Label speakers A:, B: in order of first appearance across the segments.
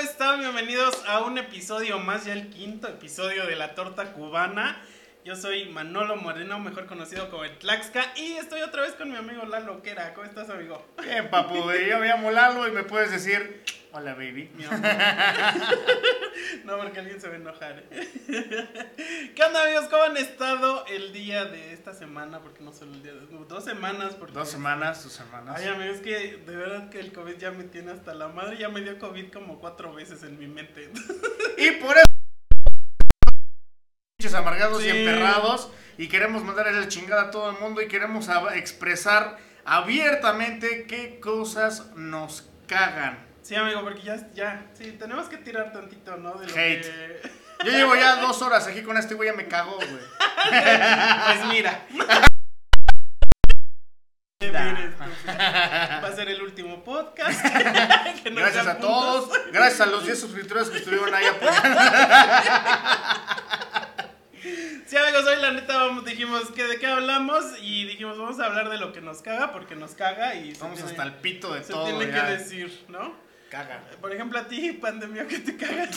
A: están? Bienvenidos a un episodio más, ya el quinto episodio de La Torta Cubana. Yo soy Manolo Moreno, mejor conocido como el Tlaxca, y estoy otra vez con mi amigo Lalo Quera. ¿Cómo estás, amigo?
B: Bien, Eh, papu, y yo me llamo Lalo y me puedes decir, hola, baby.
A: Mi amor. no, porque alguien se va a enojar. ¿eh? ¿Qué onda, amigos? ¿Cómo han estado el día de esta semana? Porque no solo el día de... no, dos semanas. Porque...
B: Dos semanas, tus hermanas.
A: Ay, amigo, es que de verdad que el COVID ya me tiene hasta la madre. Ya me dio COVID como cuatro veces en mi mente.
B: Y por eso, pinches amargados
A: Sí.
B: y emperrados, y queremos mandar la chingada a todo el mundo y queremos ab- expresar abiertamente qué cosas nos cagan.
A: Sí, amigo, porque ya, ya, sí, tenemos que tirar tantito, ¿no? De lo
B: Hate.
A: que...
B: Yo llevo ya dos horas aquí con este güey, ya me cago, güey.
A: Pues mira. Bien, estúpida. pues, Va a ser el último podcast. Que nos
B: Gracias
A: da
B: a
A: puntos.
B: todos, gracias a los 10 suscriptores que estuvieron ahí apoyando.
A: Sí, amigos, hoy la neta vamos, dijimos que de qué hablamos y dijimos vamos a hablar de lo que nos caga porque nos caga y se
B: Vamos
A: tiene-
B: hasta el pito de
A: se
B: todo,
A: tiene
B: ya.
A: que decir, ¿no?
B: Cagan.
A: Por ejemplo, a ti, pandemia, que te caga.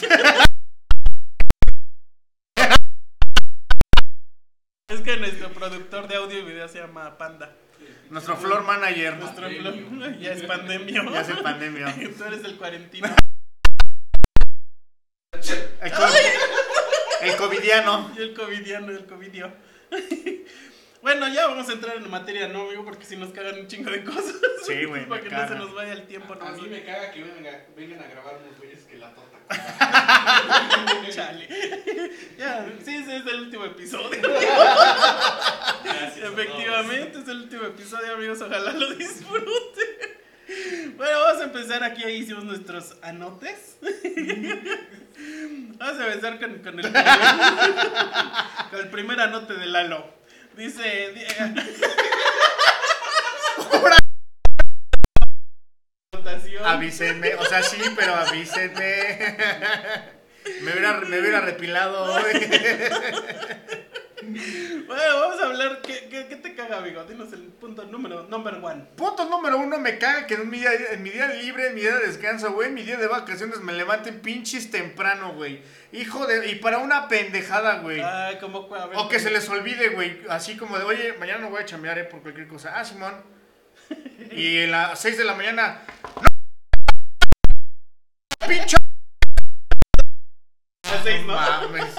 A: es que nuestro productor de audio y video se llama Panda.
B: Nuestro floor manager.
A: Nuestro blog ya es pandemia.
B: Ya hace pandemia.
A: Tú eres el cuarentino.
B: El, co- el covidiano.
A: Yo el covidiano, el covidio. bueno, ya vamos a entrar en materia, ¿no, amigo? Porque si nos cagan un chingo de cosas.
B: Sí, güey,
A: Para
B: me
A: que no se
B: cagan.
A: nos vaya el tiempo. No
C: A mí me caga que vengan a, vengan a grabar unos güeyes que la tota. torta. Gracias.
A: Chale. ya, sí, ese es el último episodio.
C: a
A: Efectivamente, es el último episodio, amigos. Ojalá lo disfruten. Bueno, vamos a empezar aquí. Ahí hicimos nuestros anotes. vamos a empezar con, con el, primer, con el primer anote de Lalo. Dice. di- eh, Votación.
B: Avísenme. O sea, sí, pero avísenme. Me hubiera, me hubiera repilado hoy.
A: Bueno, vamos a hablar. ¿Qué, qué, qué te caga, amigo? Dinos el punto número, number one.
B: Punto número uno, me caga que en mi día, en mi día libre, en mi día de descanso, güey, en mi día de vacaciones me levanten pinches temprano, güey. Hijo de... Y para una pendejada, güey.
A: Ah, como a ver,
B: O que se les olvide, güey. Así como de, oye, mañana no voy a chambear, eh, por cualquier cosa. Ah, Simón. Y en las 6 de la mañana. ¡No! ¡Pincho!
A: a seis, ¿no?
B: mames.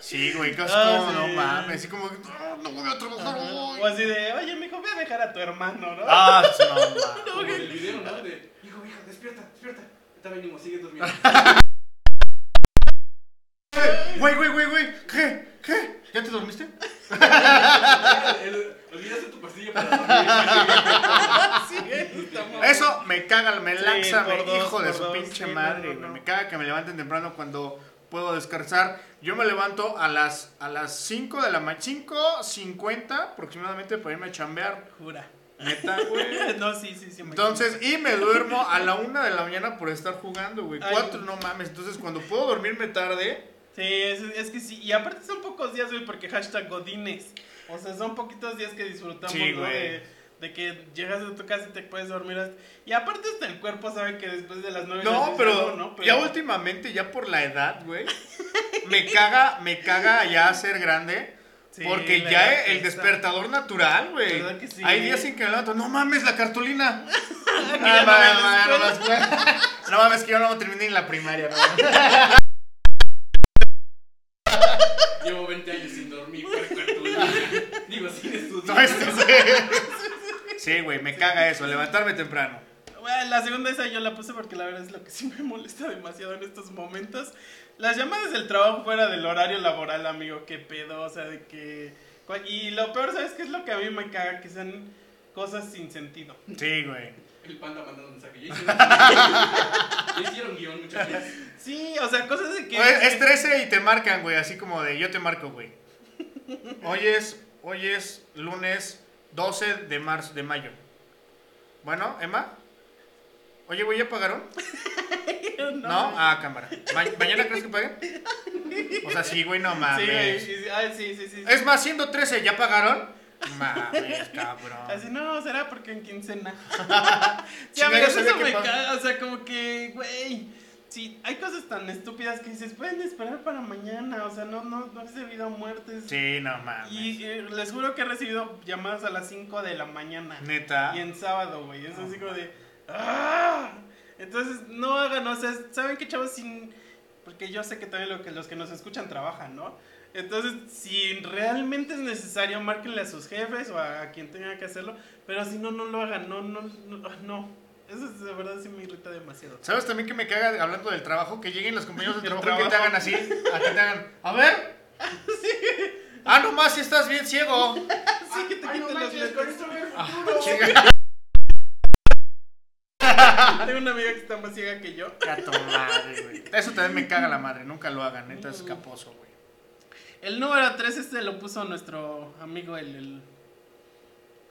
B: Sí, güey, casi
A: Ah,
B: como, no
A: sí.
B: mames. Así como, no, no voy a trabajar hoy.
A: O así de, oye, mijo, voy a dejar a tu hermano, ¿no?
B: Ah, no mames.
C: Como el video, ¿no? De, hijo, hija, despierta, despierta. Ahorita venimos, sigue durmiendo.
B: Güey, güey, güey, güey. ¿Qué? ¿Qué? ¿Ya te dormiste?
C: El- Olvidaste tu pastilla para dormir.
A: Sí, está mal.
B: Eso me caga, me
A: Sí,
B: laxa,
A: por
B: me
A: dos,
B: hijo de
A: por
B: su
A: dos,
B: pinche
A: sí, no,
B: madre,
A: no,
B: güey.
A: no.
B: Me caga que me levanten temprano cuando puedo descansar. Yo me levanto a las a las 5 de la mañana, 5:50 aproximadamente para irme a chambear,
A: Jura.
B: neta, güey.
A: No, sí, sí, sí. me
B: Entonces, y me duermo a la 1 de la mañana por estar jugando, güey.
A: Ay.
B: 4 no mames. Entonces, cuando puedo dormirme tarde,
A: Sí, es, es que sí. Y aparte son pocos días, güey, porque hashtag Godines. O sea, son poquitos días que disfrutamos,
B: Sí,
A: ¿no?
B: güey.
A: De, de que llegas a tu casa y te puedes dormir. hasta- Y aparte hasta el cuerpo sabe que después de las nueve... las
B: No,
A: diez,
B: pero,
A: ¿no?
B: ya últimamente, ya por la edad, güey, me caga, me caga ya ser grande.
A: Sí,
B: porque
A: la
B: ya
A: edad
B: el
A: pesa.
B: despertador natural, güey.
A: ¿Verdad que sí?
B: Hay días en que me levanto, no mames, la cartulina. no,
A: ya no
B: mames,
A: me
B: mames, no mames. No mames, que yo no terminé en la primaria, no mames.
C: Llevo 20 años sin dormir, puerco de tu vida. Digo, sin
B: No,
C: estudiar.
B: este, sí. Sí, güey, me caga eso, levantarme temprano.
A: Bueno, la segunda esa yo la puse porque la verdad es lo que sí me molesta demasiado en estos momentos. Las llamadas del trabajo fuera del horario laboral, amigo, qué pedo, o sea, de que... cua- Y lo peor, ¿sabes qué es lo que a mí me caga? Que sean cosas sin sentido.
B: Sí, güey.
C: El panda mandando un mensaje. Ya hicieron guión. Ya hicieron guión, muchachos.
A: Sí, o sea, cosas de que...
B: O Es, es 13 y te marcan, güey, así como de yo te marco, güey. Hoy es, hoy es lunes 12 de marzo, de mayo. Bueno, Emma. Oye, güey, ¿ya pagaron?
A: no,
B: No, ah, cámara. Ma- ¿Mañana crees que paguen? O sea, sí, Ah, güey, no
A: Sí, güey,
B: mames.
A: sí, sí, ay, sí, sí, sí.
B: es más, siendo 13, ¿ya pagaron? Mames,
A: Así
B: cabrón.
A: no, será porque en quincena. sí,
B: Chinga,
A: amigos,
B: yo sabía
A: eso
B: que
A: me
B: pa-
A: caga, o sea, como que, güey. sí, hay cosas tan estúpidas que dices, pueden esperar para mañana, o sea, no, no, no es de vida o muerte. es-
B: Sí, no mames.
A: Y eh, les juro que he recibido llamadas a las 5 de la mañana.
B: Neta.
A: Y en sábado, güey. Es así como de. ¡Ah! Entonces, no hagan, o sea, ¿saben qué, chavos? Sin. Porque yo sé que también lo que, los que nos escuchan trabajan, ¿no? Entonces, si realmente es necesario, márquenle a sus jefes o a, quien tenga que hacerlo. Pero si no, no lo hagan. No, no, no. ah, no. Eso es, de verdad sí me irrita demasiado.
B: ¿Sabes también que me caga hablando del trabajo? Que lleguen los compañeros del
A: El
B: trabajo y que te
A: trabajo.
B: hagan así. A que te hagan. A ver. Ah, nomás si estás bien ciego.
A: Sí, que te
C: Ay, Ah, no
A: quiten los
C: manches, con
A: lentes.
C: esto veo el futuro.
B: Chinga.
A: Tengo una amiga que está más ciega que yo.
B: Cato madre, güey. Eso también me caga la madre. Nunca lo hagan, neta. Es caposo, güey.
A: El número 3 este lo puso nuestro amigo el... el-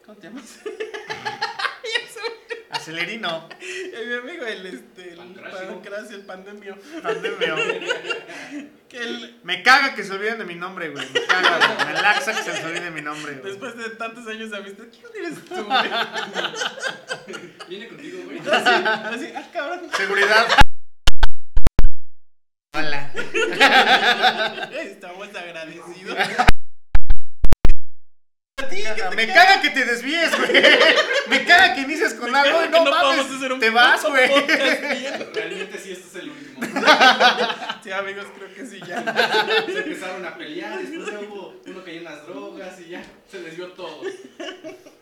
A: ¿Cómo te llamas?
B: Acelerino.
A: Eh, Mi amigo el este... El
C: Pancracio.
A: Pancracio, el pandemio.
B: Pandemio.
A: Que él,
B: Me caga que se olviden de mi nombre, güey. Me caga, güey. Me laxa que se olviden de mi nombre, güey.
A: después de tantos años de amistad, ¿quién eres tú, güey?
C: Viene contigo, güey.
A: Así, así, ah, cabrón.
B: Seguridad. Hola.
A: Estamos agradecidos. A ti, que te
B: Me caga que te desvíes, güey. Me caga que inicies con
A: caga
B: algo y
A: que
B: no,
A: podamos
B: mames.
A: hacer un
B: te vas,
A: puto
B: güey.
A: podcast bien.
C: Realmente sí, este es el último.
A: Sí, amigos, creo que sí, ya.
C: Se empezaron a pelear, después ya hubo uno cayó en las drogas y ya se les vio todo.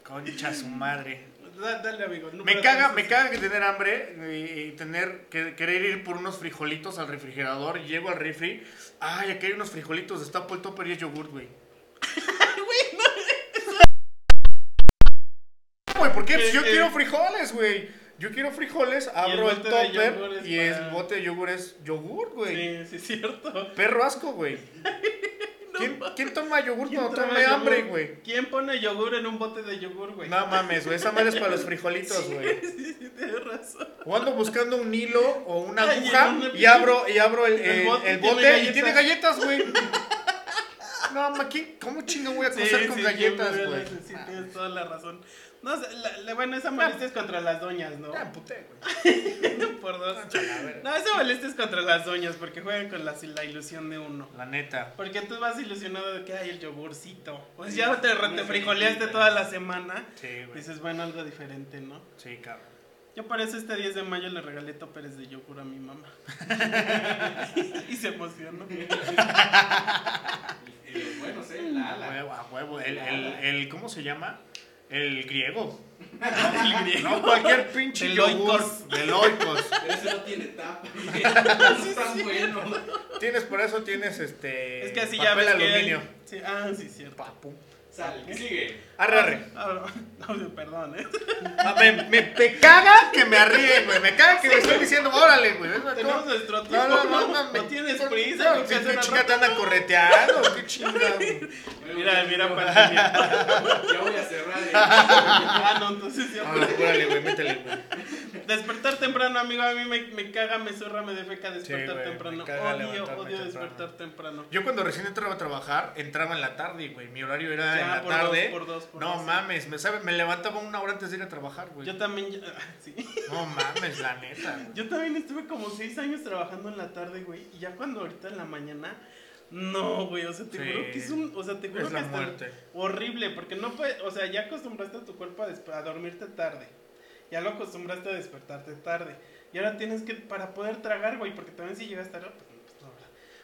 B: Concha su madre.
A: Da- dale, amigo. el número
B: Me caga,
A: tres
B: me
A: es-
B: caga que tener hambre y, y tener que querer ir por unos frijolitos al refrigerador. y Llego al refri. Ay, aquí hay unos frijolitos. Está por el topper y es yogurt, güey. Güey, ¿por qué? Pues yo
A: Eh, eh.
B: quiero frijoles, güey. Yo quiero frijoles, abro el,
A: bote de yogur
B: topper
A: es
B: y el
A: para-
B: bote de yogur es yogurt, güey.
A: Sí, sí, es cierto.
B: Perro asco, güey. ¿Quién, quién toma yogur
A: ¿Quién
B: cuando
A: toma
B: trae
A: yogur?
B: hambre, güey?
A: ¿Quién pone yogur en un bote de yogur, güey?
B: No mames, güey. Esa madre es para los frijolitos, güey.
A: Sí, sí, tienes razón.
B: O ando buscando un hilo o una
A: Ay,
B: aguja
A: en una-
B: y abro, y abro el,
A: El
B: el- el bote,
A: bote tiene
B: y
A: galletas.
B: tiene galletas, güey. No, ma, ¿quién- ¿cómo chingo voy a
A: Sí,
B: cocer
A: sí,
B: con
A: sí,
B: galletas,
A: muy
B: güey? Ah.
A: bien, Sí, tienes toda la razón. No, sé, la, la- bueno, esa molestia es contra las doñas, ¿no?
B: Ah, puté, güey.
A: Por dos.
B: Chala, a ver.
A: No, esa molestia es contra las doñas porque juegan con la, la ilusión de uno.
B: La neta.
A: Porque tú vas ilusionado de que hay el yogurcito. Pues ya te, re- te
C: Sí.
A: frijoleaste toda la semana.
B: Sí, güey.
A: Dices, bueno, algo diferente, ¿no?
B: Sí, cabrón.
A: Yo por eso este 10 de mayo le regalé toperes de yogur a mi mamá. y se emocionó.
C: Y los buenos, eh, la
B: A
C: ala.
B: huevo, a huevo. El, el, el- ¿cómo se llama? El griego.
A: El griego.
B: No, cualquier pinche
A: Del
B: yogur.
A: Oikos.
B: Del oikos.
C: Pero ese no tiene tapa. No es tan bueno.
B: Tienes, por eso tienes este.
A: Es que así ya
B: papel
A: ves que hay-
B: aluminio.
A: Sí, ah, sí, cierto.
B: Papu.
C: Sale, ¿qué sigue?
B: Arre, arre.
A: Ah, no, no, perdón, ¿eh?
B: Ah, Me, me, me caga que me arríen, güey. Me caga que me estén diciendo, órale, güey. ¿ves?
A: Tenemos nuestro tiempo.
B: No, no, no, no, me-
A: tienes
B: No,
A: prisa.
B: ¿Qué,
A: Lucas,
B: qué
A: al
B: chinga
A: rato-
B: te andan correteando? ¿Qué chinga? güey?
A: Mira, mira, pandemia.
C: Ya voy a cerrar. eh.
A: ah, no, entonces ya.
B: Ah, órale, güey, métele, güey.
A: Despertar temprano, amigo, a mí me, me caga, me zurra, me defeca despertar
B: güey, me
A: temprano. Odio,
B: caga levantarme
A: odio
B: temprano.
A: despertar temprano.
B: Yo cuando recién entraba a trabajar, entraba en la tarde, güey. Mi horario era
A: Ya,
B: Ah, en la
A: por
B: tarde.
A: dos, por dos, por
B: no
A: dos.
B: mames, me, sabe, me levantaba una hora antes de ir a trabajar, güey.
A: Yo también, ya- sí.
B: No mames, la neta. güey.
A: Yo también estuve como seis años trabajando en la tarde, güey. Y ya cuando ahorita en la mañana, no, güey. O sea, te
B: Sí.
A: juro que es un. O sea, te juro
B: Es
A: que
B: la
A: hasta-
B: muerte.
A: horrible. Porque no puede. O sea, ya acostumbraste a tu cuerpo a, desp- a dormirte tarde. Ya lo acostumbraste a despertarte tarde. Y ahora tienes que. Para poder tragar, güey. Porque también si llegas tarde, pues, pues, no, ¿verdad?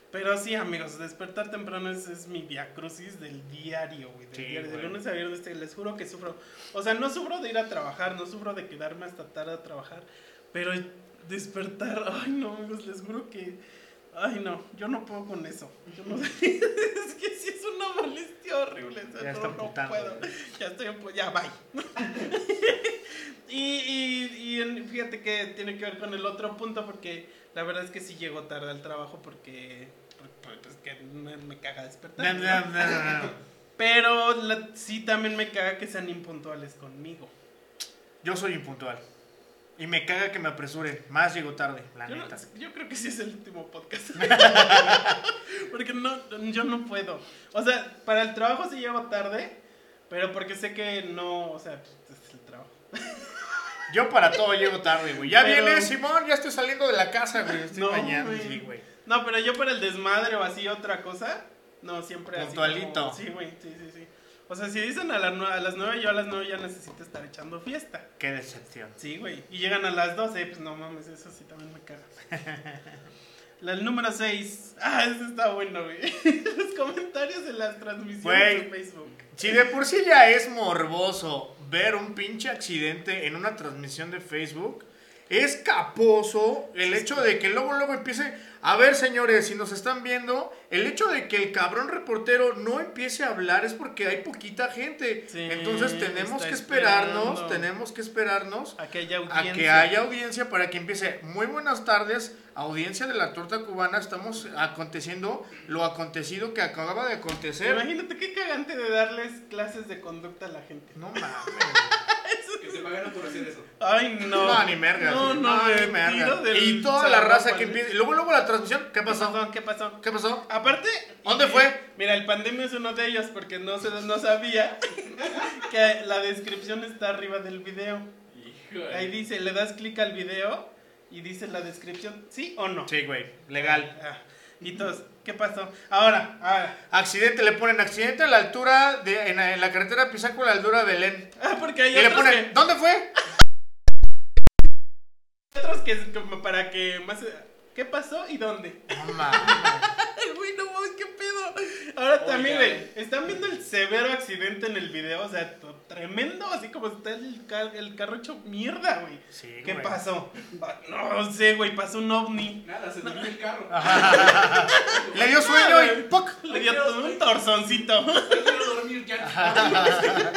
A: Pero sí, amigos, despertar temprano es, es mi viacrucis del diario, güey. Del
B: Sí,
A: diario, de
B: güey.
A: lunes a viernes, te- les juro que sufro. O sea, no sufro de ir a trabajar, no sufro de quedarme hasta tarde a trabajar. Pero despertar, ay no, amigos, les juro que. Ay no, yo no puedo con eso. Yo no sé. es que sí es una molestia horrible. o sea,
B: Ya
A: no,
B: está
A: no
B: amputando,
A: puedo.
B: güey.
A: Ya estoy ampu- ya bye. y y, y en- fíjate que tiene que ver con el otro punto porque la verdad es que sí llego tarde al trabajo porque pues, pues, que me, me caga
B: No,
A: despertar. ¿no?
B: no, no, no, no.
A: Pero la- sí también me caga que sean impuntuales conmigo.
B: Yo soy impuntual. Y me caga que me apresuren. Más llego tarde, la
A: Yo, no-
B: neta.
A: yo creo que sí es el último podcast. porque no, yo no puedo. O sea, para el trabajo sí llego tarde, pero porque sé que no, o sea, pues, es el trabajo.
B: Yo para todo llego tarde, güey. Ya
A: Pero-
B: vienes, Simón, ya estoy saliendo de la casa, güey. Estoy
A: No,
B: bañando,
A: güey.
B: sí, güey.
A: No, pero yo para el desmadre o así otra cosa, no, siempre así.
B: Puntualito.
A: como- Sí, güey, sí, sí, sí. O sea, si dicen a, las nue- a las 9, yo a las 9 ya necesito estar echando fiesta.
B: Qué decepción.
A: Sí, güey. Y llegan a las 12, pues no mames, eso sí también me caga. La, el número 6. Ah, eso está bueno, güey. Los comentarios de las transmisiones
B: Güey.
A: de Facebook.
B: Si de por sí ya es morboso ver un pinche accidente en una transmisión de Facebook, es caposo el hecho de que luego luego empiece, a ver señores, si nos están viendo, el hecho de que el cabrón reportero no empiece a hablar es porque hay poquita gente.
A: Sí,
B: Entonces tenemos
A: está
B: que esperarnos,
A: esperando.
B: tenemos que esperarnos
A: Aquella audiencia.
B: a que haya audiencia para que empiece. Muy buenas tardes, audiencia de la torta cubana. Estamos aconteciendo lo acontecido que acaba de acontecer.
A: Imagínate qué cagante de darles clases de conducta a la gente.
B: No mames.
C: Que se pagaron por hacer eso.
A: Ay, no.
B: No, ni mergas.
A: No,
B: güey.
A: no,
B: ni
A: me
B: mergas.
A: tiro del
B: Y toda la raza que
A: zarapapales.
B: empieza. Luego, luego la transmisión. ¿Qué
A: ¿Qué
B: pasó?
A: pasó? ¿Qué pasó?
B: ¿Qué pasó?
A: Aparte.
B: ¿Dónde
A: y-
B: fue?
A: Mira, el pandemia es uno de ellos porque no, se, no sabía que la descripción está arriba del video.
C: Híjole.
A: Ahí dice, le das clic al video y dice la descripción, ¿sí o no?
B: Sí, güey. Legal.
A: Ah, y todos, ¿qué pasó? Ahora, ahora.
B: Accidente, le ponen accidente a la altura de. En la, en la carretera Pisaco, a la altura de Belén.
A: Ah, porque
B: Y
A: hay
B: le
A: otros,
B: ponen. ¿Dónde fue?
A: que, otros que es como para que más... ¿Qué pasó y dónde?
B: No mames.
A: Ay, güey, no mames, qué pedo. Ahora también,
C: Oigan.
A: güey, están viendo el severo accidente en el video, o sea, to- tremendo, así como está el, ca- el carro hecho mierda, güey.
B: Sí,
A: ¿Qué
B: güey.
A: pasó? Ah, No sé, güey, pasó un ovni.
C: Nada, se durmió el carro.
B: Le dio sueño y. ¡Poc!
A: Le dio todo un torzoncito.
C: Yo quiero dormir ya.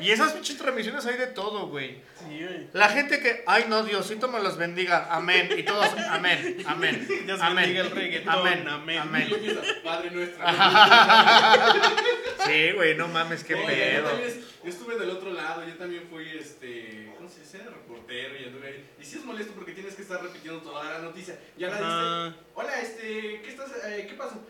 B: Y esas pinches transmisiones hay de todo, güey.
A: Sí, güey.
B: La gente que, ay no, Diosito me los bendiga, amén. Y todos, amén, amén.
A: Dios
B: amén,
A: bendiga el reggaetón, amén.
C: Y empieza, Padre nuestra.
B: Sí, güey, no mames, qué
C: Oye, Yo,
B: pedo.
C: también es- yo estuve del otro lado, yo también fui, este, ¿cómo se dice? Reportero y anduve ahí. Y sí es molesto porque tienes que estar repitiendo toda la noticia. Ya la
A: Ajá.
C: diste. Hola, este, ¿qué estás, eh, qué pasó?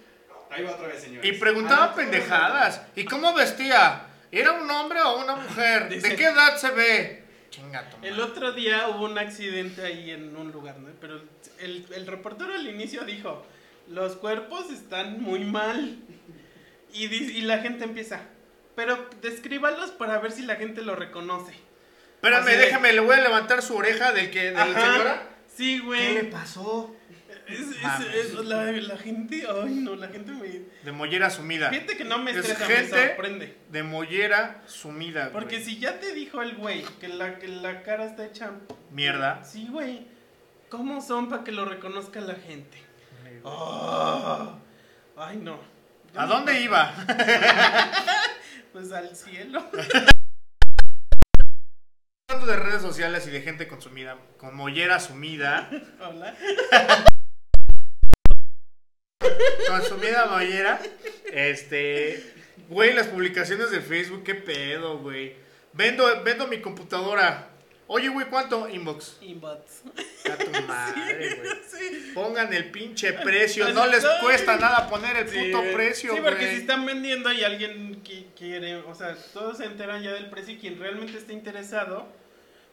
C: Ahí va otra vez, señor.
B: Y
A: Ah,
B: preguntaban pendejadas. ¿Y cómo vestía? ¿Era un hombre o una mujer?
A: Dice-
B: ¿De qué edad se ve? Chinga tu madre.
A: El otro día hubo un accidente ahí en un lugar, ¿no? Pero el, el reportero al inicio dijo, los cuerpos están muy mal. Y, dice- y la gente empieza, pero descríbalos para ver si la gente lo reconoce.
B: Espérame,
A: así de-
B: déjame, le voy a levantar su oreja del que, de la
A: Ajá.
B: señora.
A: Sí,
B: ¿Qué le
A: güey.
B: pasó?
A: Es- es-
B: Mames.
A: es- la, la gente, ay no, la gente me...
B: De mollera sumida.
A: Gente que no me
B: Es
A: estresa, me
B: gente-
A: sorprende.
B: De mollera sumida, güey.
A: Porque si ya te dijo el güey que la, que la cara está hecha...
B: Mierda.
A: Sí, güey. ¿Cómo son para que lo reconozca la gente? Ah, Ay, no.
B: Oh. ¿A dónde iba?
A: Pues al cielo.
B: Hablando de redes sociales y de gente consumida, con mollera sumida,
A: Hola.
B: consumida mollera, este, güey, las publicaciones de Facebook, qué pedo, güey. Vendo, vendo mi computadora. Oye, güey, ¿cuánto? Inbox.
A: Inbots.
B: A tu madre, güey.
A: Sí.
B: Pongan el pinche precio,
A: Así
B: no les
A: estoy.
B: cuesta nada poner el puto
A: güey.
B: precio,
A: Sí, porque
B: güey.
A: si están vendiendo y alguien qui- quiere, o sea, todos se enteran ya del precio y quien realmente está interesado.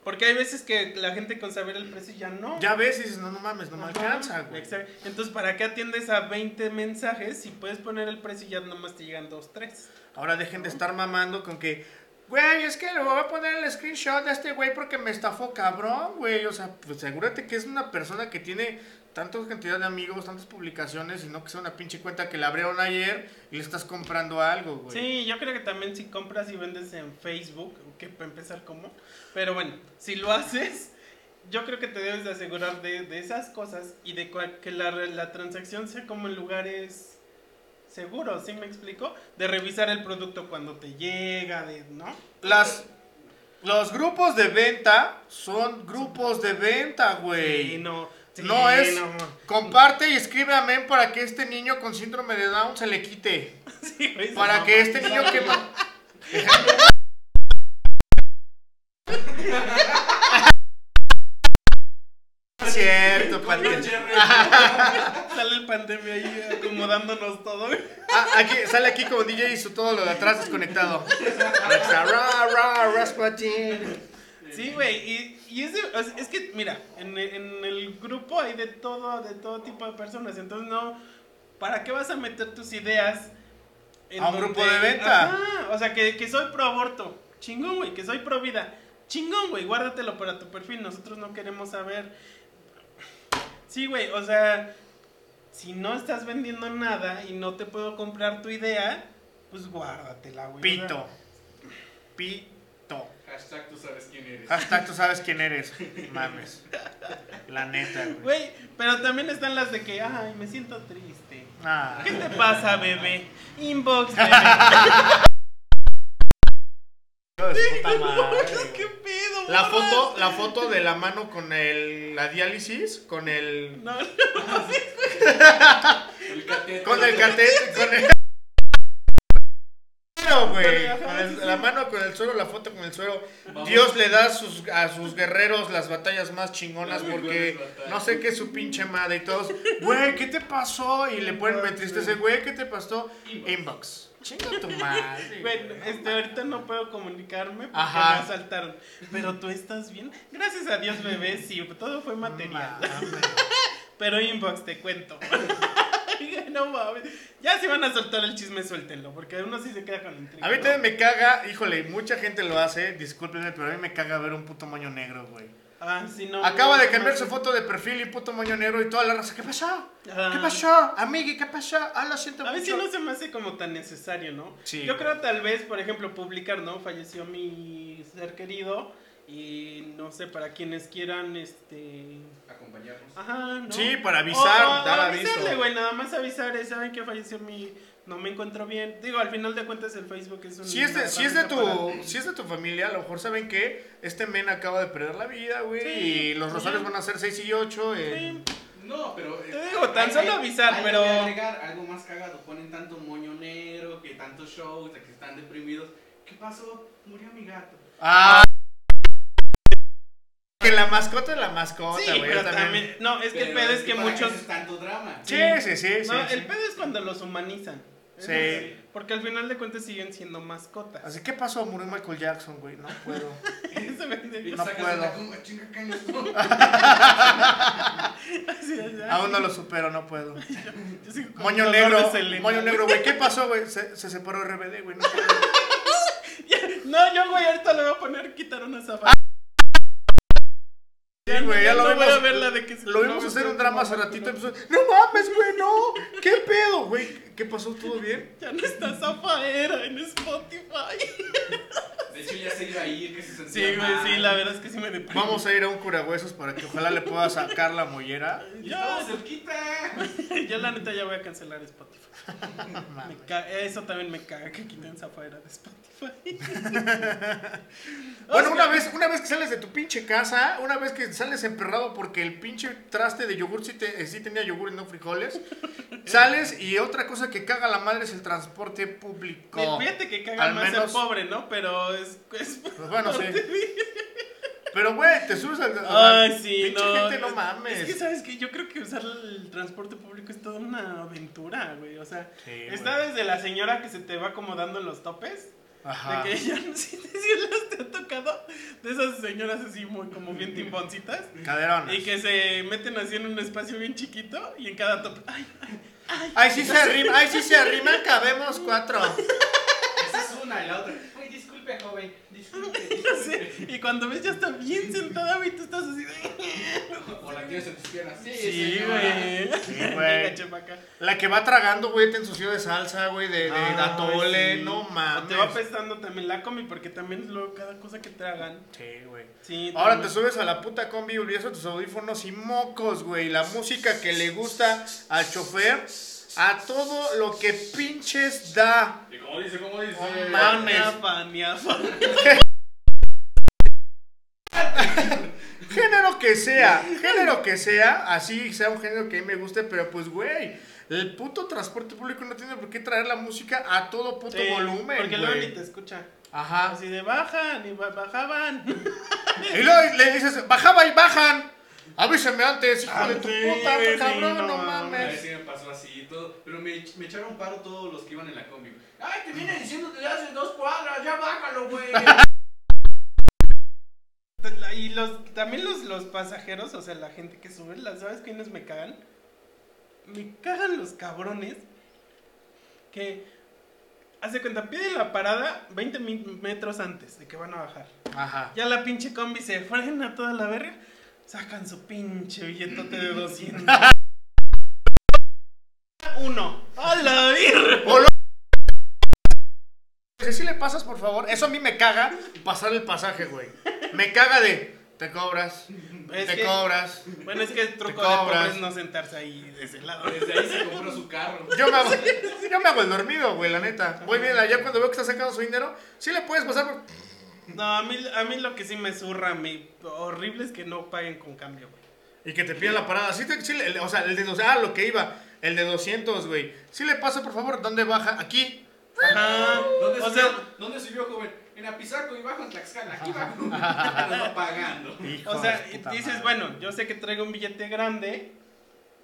A: Porque hay veces que la gente con saber el precio ya no.
B: Ya ves y dices, no, no mames, no me
A: Ajá,
B: alcanza, güey.
A: exacto. Entonces, ¿para qué atiendes a 20 mensajes si puedes poner el precio y ya nomás te llegan 2, 3?
B: Ahora dejen de estar mamando con que, güey, es que le voy a poner el screenshot a este güey porque me estafó cabrón, güey. O sea, pues asegúrate que es una persona que tiene tanta cantidad de amigos, tantas publicaciones y no que sea una pinche cuenta que la abrieron ayer y le estás comprando algo, güey.
A: Sí, yo creo que también si compras y vendes en Facebook, que para empezar cómo, pero bueno, si lo haces, yo creo que te debes de asegurar de, de esas cosas y de cual- que la, re- la transacción sea como en lugares seguros, ¿sí me explico? De revisar el producto cuando te llega, de, ¿no?
B: Las, los grupos de venta son grupos de venta, güey.
A: Sí, no, sí,
B: No es-
A: no.
B: Comparte y escribe amén para que este niño con síndrome de Down se le quite.
A: Sí, güey,
B: Para
A: no,
B: que este niño que... Es Cierto,
C: Con
B: Pati.
C: un cherry.
A: Sale el pandemia ahí acomodándonos todo. güey.
B: Ah, aquí, sale aquí como DJ y su todo lo de atrás desconectado. Ra, ra, ra, Rasputin.
A: Sí, Sí, güey, y, y es, de- es- es que, mira, en, el- en el grupo hay de todo, de todo tipo de personas, entonces no, ¿para qué vas a meter tus ideas
B: A un grupo de venta.
A: Ajá, o sea, que, que soy pro aborto, chingón, güey, que soy pro vida, chingón, güey, guárdatelo para tu perfil, nosotros no queremos saber. Sí, güey, o sea, si no estás vendiendo nada y no te puedo comprar tu idea, pues guárdatela, güey. o sea,
B: Pito. Pito.
C: Hashtag tú sabes quién eres.
B: Hashtag tú sabes quién eres. Mames. La neta, güey.
A: Güey, pero también están las de que, ay, me siento triste.
B: Ah.
A: ¿Qué te pasa, bebé? Inbox, bebé.
B: hijo de su puta madre,
A: ¿Qué
B: güey.
A: pedo,
B: La
A: morras?
B: foto, la foto de la mano con el, la diálisis, con el,
A: No, no,
C: El catéter.
B: con el catéter, con el... Pero, güey,
A: Ajá,
B: con el-
A: sí, sí.
B: la mano con el suero, la foto con el suero.
C: Vamos.
B: Dios le da a sus, a sus guerreros las batallas más chingonas
C: Las
B: porque
C: mejores batallas.
B: no sé qué es su pinche madre y todos, güey, ¿qué te pasó? Y le ponen me tristeza, güey, ¿qué te pasó?
C: Inbox.
B: Inbox. Chinga tu madre.
A: Bueno,
B: güey.
A: este, ahorita no puedo comunicarme porque
B: Ajá.
A: me asaltaron. Pero tú estás bien. Gracias a Dios, bebé, sí, todo fue material.
B: Mames.
A: Pero inbox, te cuento. no mames. Ya si van a soltar el chisme, suéltenlo, porque uno sí se queda con la intriga.
B: A mí
A: ¿no?
B: también me caga, híjole, mucha gente lo hace, discúlpenme, pero a mí me caga ver un puto moño negro, güey.
A: Ah, sí, no.
B: Acaba
A: no,
B: de
A: no,
B: cambiar
A: no.
B: su foto de perfil y puto moño negro y toda la raza, ¿qué pasó?
A: Ah.
B: ¿Qué pasó? Amigui, ¿qué pasó? Ah, lo siento
A: A veces
B: mucho.
A: no se me hace como tan necesario, ¿no?
B: Sí.
A: Yo creo tal vez, por ejemplo, publicar, ¿no? Falleció mi ser querido y no sé, para quienes quieran, este...
C: Acompañarnos.
A: Ajá, ¿no?
B: Sí, para avisar, dar aviso.
A: avisarle, güey, nada más avisar, eh, saben que falleció mi... No me encuentro bien. Digo, al final de cuentas el Facebook es un...
B: Si es, de, si, es de tu,
A: para-
B: si es de tu familia, a lo mejor saben que este men acaba de perder la vida, güey.
A: Sí,
B: y los
A: sí.
B: rosales van a ser 6 y 8.
A: Sí,
C: No, pero. eh,
A: Te digo, tan solo avisar,
C: hay
A: pero-
C: que agregar algo más cagado. Ponen tanto moñonero, que tanto show, que están deprimidos. ¿Qué pasó? Murió mi gato.
B: Ah. Que la mascota es la mascota,
A: Sí,
B: güey.
A: pero
B: yo también.
A: también... No, es que el
C: Pero
A: pedo es que
C: ¿para qué
A: muchos...
C: haces tanto drama.
B: Sí, sí, sí. sí,
A: no,
B: sí.
A: el pedo es cuando los humanizan. Eso
B: Sí.
A: es- Porque al final de cuentas siguen siendo mascotas.
B: Así que pasó, murió Michael Jackson, güey. No puedo.
A: Ese
C: Y
A: pendejo.
B: No
C: sacas
B: puedo.
C: la cumba, chinga, caña, no.
A: Así, así,
B: Aún no lo supero, no puedo.
A: Yo sigo con
B: Moño
A: dolor
B: negro.
A: de Selena.
B: Moño negro, güey. ¿Qué pasó, güey? Se, se separó RBD, güey. No puedo.
A: No, yo, güey, ahorita le voy a poner quitar una zapata.
B: Ah, Sí, güey, ya
A: no
B: lo
A: voy a
B: vimos.
A: ver la de que se-
B: Lo vimos
A: no,
B: hacer
A: no,
B: un drama
A: no,
B: hace
A: no,
B: ratito.
A: no,
B: empezó, no mames, güey, no. ¿Qué pedo, güey? ¿Qué pasó? ¿Todo bien?
A: Ya no está Zafaera en Spotify.
C: De hecho, ya se iba a ir, que se
A: Sí,
C: sentía
A: güey,
C: mal.
A: sí, la verdad es que sí me deprime.
B: Vamos a ir a un curahuesos para que ojalá le pueda sacar la mollera.
C: Y estaba
A: Ya,
C: cerquita.
A: ya la neta ya voy a cancelar Spotify. Me ca- Eso también me caga que quiten Zafaera de Spotify.
B: Bueno, una vez, una vez que sales de tu pinche casa, una vez que sales emperrado porque el pinche traste de yogur sí, te- eh, sí tenía yogur y no frijoles, sales y otra cosa que caga la madre es el transporte público.
A: Me- Fíjate que caga
B: Al
A: más
B: menos-
A: el pobre, ¿no? Pero es. es-
B: Pues bueno, sí. Pero, güey, te subes al... al-
A: Ay, sí,
B: pinche
A: no.
B: gente, no
A: es-
B: mames.
A: Es que, ¿sabes que Yo creo que usar el transporte público es toda una aventura, güey. O sea,
B: Sí, güey.
A: está desde la señora que se te va acomodando en los topes.
B: Ajá.
A: De que ya no sé si las te ha tocado. De esas señoras así, muy, como bien timboncitas.
B: Caderonas.
A: Y que se meten así en un espacio bien chiquito y en cada tope. Ay,
B: Ay, sí se arrima, ay, sí se arrima, cabemos cuatro.
C: Esa es una, y la otra. Ay, disculpe, joven. Disculpe.
A: no
C: disculpe.
A: sé. Y cuando ves ya está bien sentada, güey, tú estás así. de-
C: O la tienes en tus piernas. Sí,
A: Sí,
C: señora.
A: güey.
B: Sí, güey. Eh,
A: Venga, chamaca.
B: La que va tragando, güey, te ensució de salsa, güey, de, de
A: Ay,
B: atole,
A: sí.
B: no
A: O
B: mames.
A: te va pesando también la comi, porque también luego cada cosa que tragan.
B: Sí, güey.
A: Sí,
B: Ahora te
A: también.
B: subes a la puta combi, olvidas tus audífonos y mocos, güey. La música que le gusta al chofer, a todo lo que pinches da.
C: ¿Y cómo dice? ¿Cómo dice?
B: Oh, man.
A: Ni apa, ni apa.
B: Género que sea, género que sea, así sea un género que a mí me guste, pero pues, güey, el puto transporte público no tiene por qué traer la música a todo puto
A: Sí,
B: volumen,
A: Porque luego ni
B: güey. Ah.
A: te escucha.
B: Ajá.
A: Así de bajan y ba- bajaban.
B: Y luego le dices, bajaba y bajan. Avísame antes, hijo
A: Ah,
B: de tu
A: sí,
B: puta,
A: güey, sí,
B: cabrón,
A: no
B: no
A: mames.
B: mames.
C: Una vez sí me pasó así y todo, pero me, ech- me echaron paro todos los que iban en la combi. Ay, te viene diciendo te hace dos cuadras, ya bájalo, güey.
A: Y los, también los, los pasajeros, o sea, la gente que sube, ¿las- ¿sabes quiénes me cagan? Me cagan los cabrones que, hace cuenta, piden la parada 20 mi- metros antes de que van a bajar.
B: Ajá.
A: Ya la pinche combi se frena toda la verga, sacan su pinche billetote de 200. Uno. ¡A la virre!
B: Si sí le pasas, por favor. Eso a mí me caga pasar el pasaje, güey. Me caga de. Te cobras.
A: Es
B: te
A: que-
B: cobras.
A: Bueno, es que el truco de
B: cobras.
A: pobre es no sentarse ahí de ese lado.
C: Desde ahí se compró su carro.
B: Yo me, hago, yo me hago el dormido, güey, la neta. Voy bien allá cuando veo que está sacando su dinero. Sí le puedes pasar por.
A: No, a mí, a mí lo que sí me zurra, mi horrible es que no paguen con cambio, güey.
B: Y que te piden la parada. Sí, te, sí le- el- o sea, el de dos- ah, lo que iba. El de 200, güey. Sí le pasa, por favor. ¿Dónde baja? Aquí.
A: Ajá.
C: ¿Dónde,
A: O
C: subió,
A: sea,
C: ¿Dónde subió, joven? En Apizaco y bajo en Tlaxcala. Aquí bajo. Ando pagando.
A: o sea, dices, bueno, yo sé que traigo un billete grande,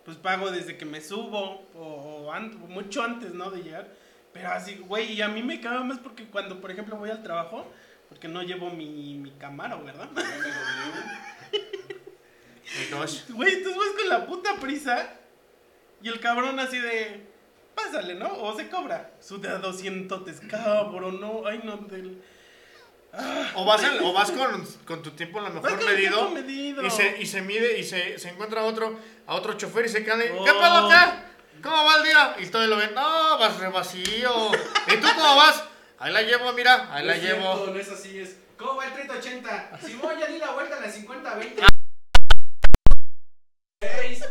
A: pues pago desde que me subo, o, o an- mucho antes, ¿no? De llegar. Pero así, güey, y a mí me caga más porque cuando, por ejemplo, voy al trabajo, porque no llevo mi, mi camaro, ¿verdad?
B: Dos.
A: Güey, entonces vas con la puta prisa y el cabrón así de. Pásale, ¿no? O se cobra. Su de a 200, cabrón, no. Ay, no, del.
B: O vas, al- o vas con, con tu tiempo a lo
A: Vas
B: mejor
A: con el
B: medido.
A: tiempo medido.
B: Y se, y se mide y se, se encuentra a otro, a otro chofer y se cae. de,
A: Oh.
B: ¿Qué pedo acá? ¿Cómo va el día? Y todos lo ven. No, vas re vacío. ¿Y tú cómo vas? Ahí la llevo, mira. Ahí la
C: No es cierto,
B: llevo.
C: No es así, es. ¿Cómo va el 3080? Si voy, ya di la vuelta a la 5020. Seis.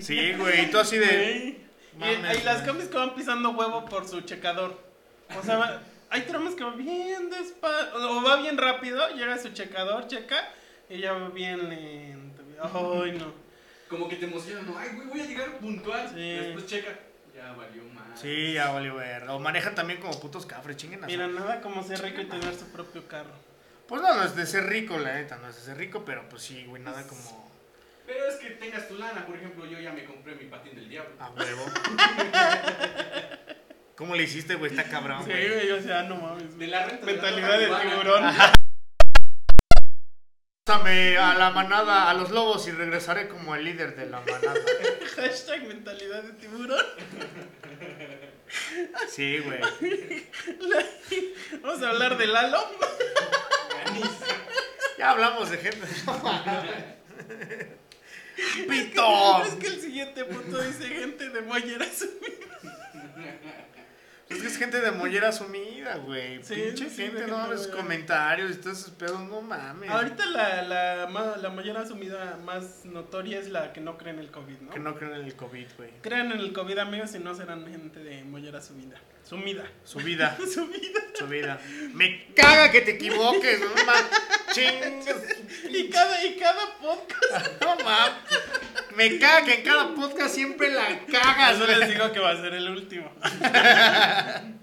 B: Sí, güey. Y tú así de.
A: Güey. Y,
B: Mames,
A: y las
B: güey.
A: combis que van pisando huevo por su checador. O sea, va- hay tramos que va bien despacio. O va bien rápido, llega a su checador, checa, y ya va bien lento. Ay, no.
C: Como que te emociona, ¿no? Ay, güey, voy a llegar puntual.
A: Sí.
C: Después checa. Ya valió más.
B: Sí, ya, Oliver. O manejan también como putos cafres, chinguen a su-
A: Mira, nada como ser rico y tener su propio carro.
B: Pues no, no es de ser rico, la neta. No es de ser rico, pero pues sí, güey. Nada como
C: Pero es que tengas tu lana. Por ejemplo, yo ya me compré mi patín del diablo.
B: a huevo. ¿Cómo le hiciste, güey? Está cabrón,
A: Sí,
B: Ah, güey.
A: güey, o sea, no mames.
C: De la renta.
A: Mentalidad
C: de
A: de
C: la renta
A: tiburón.
B: Pásame a la manada, a los lobos y regresaré como el líder de la manada.
A: Hashtag mentalidad de tiburón.
B: Sí, güey.
A: Vamos a hablar de Lalo.
B: Ya hablamos de gente. ¡Pito!
A: Es que el siguiente punto dice gente de mollera sumida.
B: Es que es gente de mollera sumida, güey.
A: Sí,
B: Pinche
A: sí,
B: gente,
A: de
B: no
A: gente
B: los
A: de-
B: comentarios y todos esos pedos, no mames.
A: Ahorita la, la, ma- la mollera sumida más notoria es la que no cree en el COVID, ¿no?
B: Que no creen en el COVID, güey.
A: Crean en el COVID, amigos, si no serán gente de mollera sumida. Sumida.
B: Su vida,
A: Sumida.
B: su vida. Me caga que te equivoques, no mames. Chingas.
A: Y cada, y cada podcast.
B: No mames. Me caga que en cada podcast siempre la cagas,
A: Yo les
B: güey.
A: digo que va a ser el último.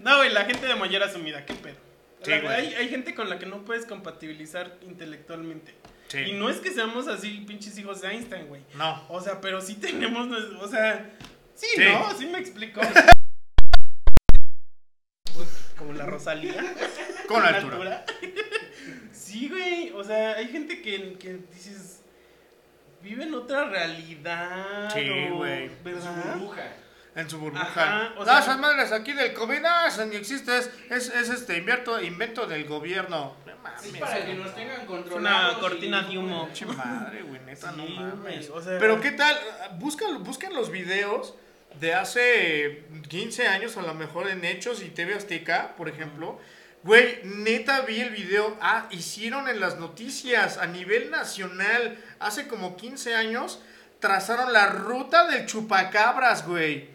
A: No, güey, la gente de mollera sumida, qué pedo.
B: Sí,
A: La-
B: güey.
A: hay, hay gente con la que no puedes compatibilizar intelectualmente. Y
B: Sí.
A: no es que seamos así pinches hijos de Einstein, güey.
B: No.
A: O sea, pero sí tenemos, nos- o sea, sí,
B: Sí.
A: ¿no? Sí me explico. Pues, Como la Rosalía.
B: Con altura.
A: sí, güey. O sea, hay gente que, que dices, vive en otra realidad.
B: Sí,
A: o-
B: güey.
C: Es
A: ¿Verdad?
C: burbuja.
B: En su burbuja.
A: Ajá, o
B: no,
A: sea-
B: esas madres aquí del COVID, no, eso ni existe. Es, es, es este invierto, invento del gobierno. No mames.
C: Sí, para que nos tengan
A: Una
C: controlados.
A: cortina
C: y-
A: de humo.
B: Pinche madre, güey, neta, no
A: Sí,
B: mames.
A: güey, o sea-
B: Pero qué tal, buscan, buscan los videos de hace 15 años, a lo mejor en Hechos y TV Azteca, por ejemplo. Güey, neta vi el video. Ah, hicieron en las noticias a nivel nacional hace como 15 años. Trazaron la ruta del chupacabras, güey.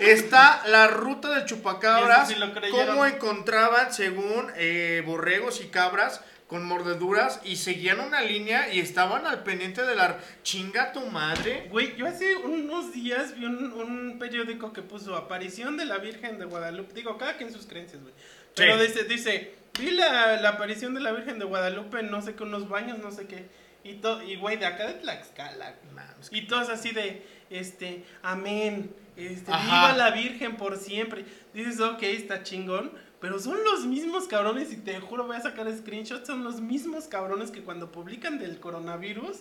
B: Está la ruta del chupacabras.
A: Ah. Eso sí lo creyeron.
B: cómo encontraban, según eh, borregos y cabras con mordeduras y seguían una línea y estaban al pendiente de la chinga tu madre.
A: Güey, yo hace unos días vi un, un periódico que puso aparición de la Virgen de Guadalupe. Digo, cada quien sus creencias, güey. Pero
B: Sí.
A: dice, dice, vi la, la aparición de la Virgen de Guadalupe en no sé qué, unos baños, no sé qué. Y, to- y güey, de acá de Tlaxcala. güey.
B: Mames,
A: Y todos así de, este, amén. Este,
B: Ajá.
A: viva la Virgen por siempre. Dices, ok, está chingón. Pero son los mismos cabrones, y te juro, voy a sacar screenshots, son los mismos cabrones que cuando publican del coronavirus,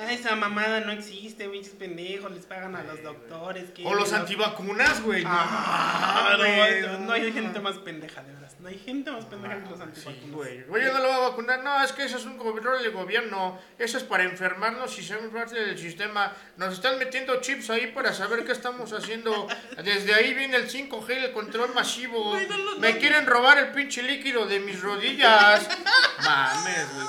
A: ah, esa mamada no existe, pinches pendejos, les pagan a los doctores. que
B: O los antivacunas, güey. no
A: Ah, no,
B: mames,
A: no, no hay gente más pendeja, de verdad. No hay gente más pendeja que los
B: Ah, Sí,
A: antivacunas.
B: güey. Güey, yo no lo voy a vacunar. No, es que eso es un control del gobierno. Eso es para enfermarnos y ser parte del sistema. Nos están metiendo chips ahí para saber qué estamos haciendo. Desde ahí viene el 5G, el control masivo.
A: Güey, no, no,
B: Me
A: no.
B: quieren robar el pinche líquido de mis rodillas. Mames, güey.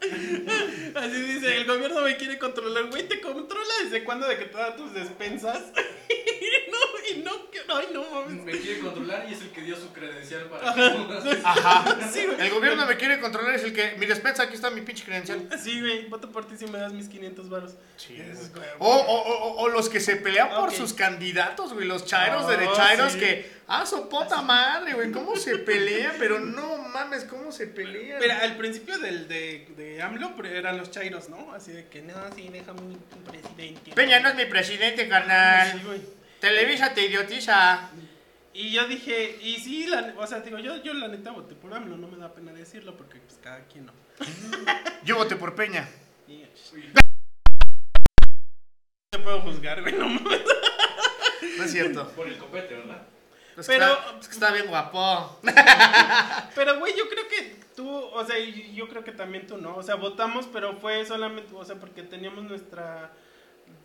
A: Así dice, el gobierno me quiere controlar, güey, te controla desde cuándo de que te da tus despensas. no, y no, que- ay, no mames.
C: Me quiere controlar y es el que dio su credencial para
B: Ajá.
A: Sí, güey.
B: El gobierno me quiere controlar. Es el que. Mi despensa, aquí está mi pinche credencial.
A: Sí, güey, voto por ti si me das mis 500 varos.
B: Sí,
A: Dices,
B: güey.
A: güey,
B: O, o- o- o los que se pelean por
A: Ok.
B: sus candidatos, güey. Los chairos de
A: Oh,
B: chairos
A: sí.
B: que. Ah, sopota madre, güey. ¿Cómo se pelean? Pero no mames, ¿cómo se pelean?
A: Mira, al principio del de, de AMLO pero eran los chairos, ¿no? Así de que, no, sí, déjame un presidente.
B: Peña no es mi presidente, carnal.
A: Sí, güey.
B: Televisa te idiotiza.
A: Y yo dije, y sí, la- o sea, digo, yo, yo la neta voté por AMLO, no me da pena decirlo porque pues cada quien no.
B: Yo voté por Peña.
A: Y- No te puedo juzgar, güey, no mames.
B: No es cierto.
C: Por el copete, ¿verdad?
B: Es que
A: Pero-
B: está- es que está bien guapo.
A: Pero, güey, yo creo que tú, o sea, y yo creo que también tú no. O sea, votamos, pero fue solamente, o sea, porque teníamos nuestra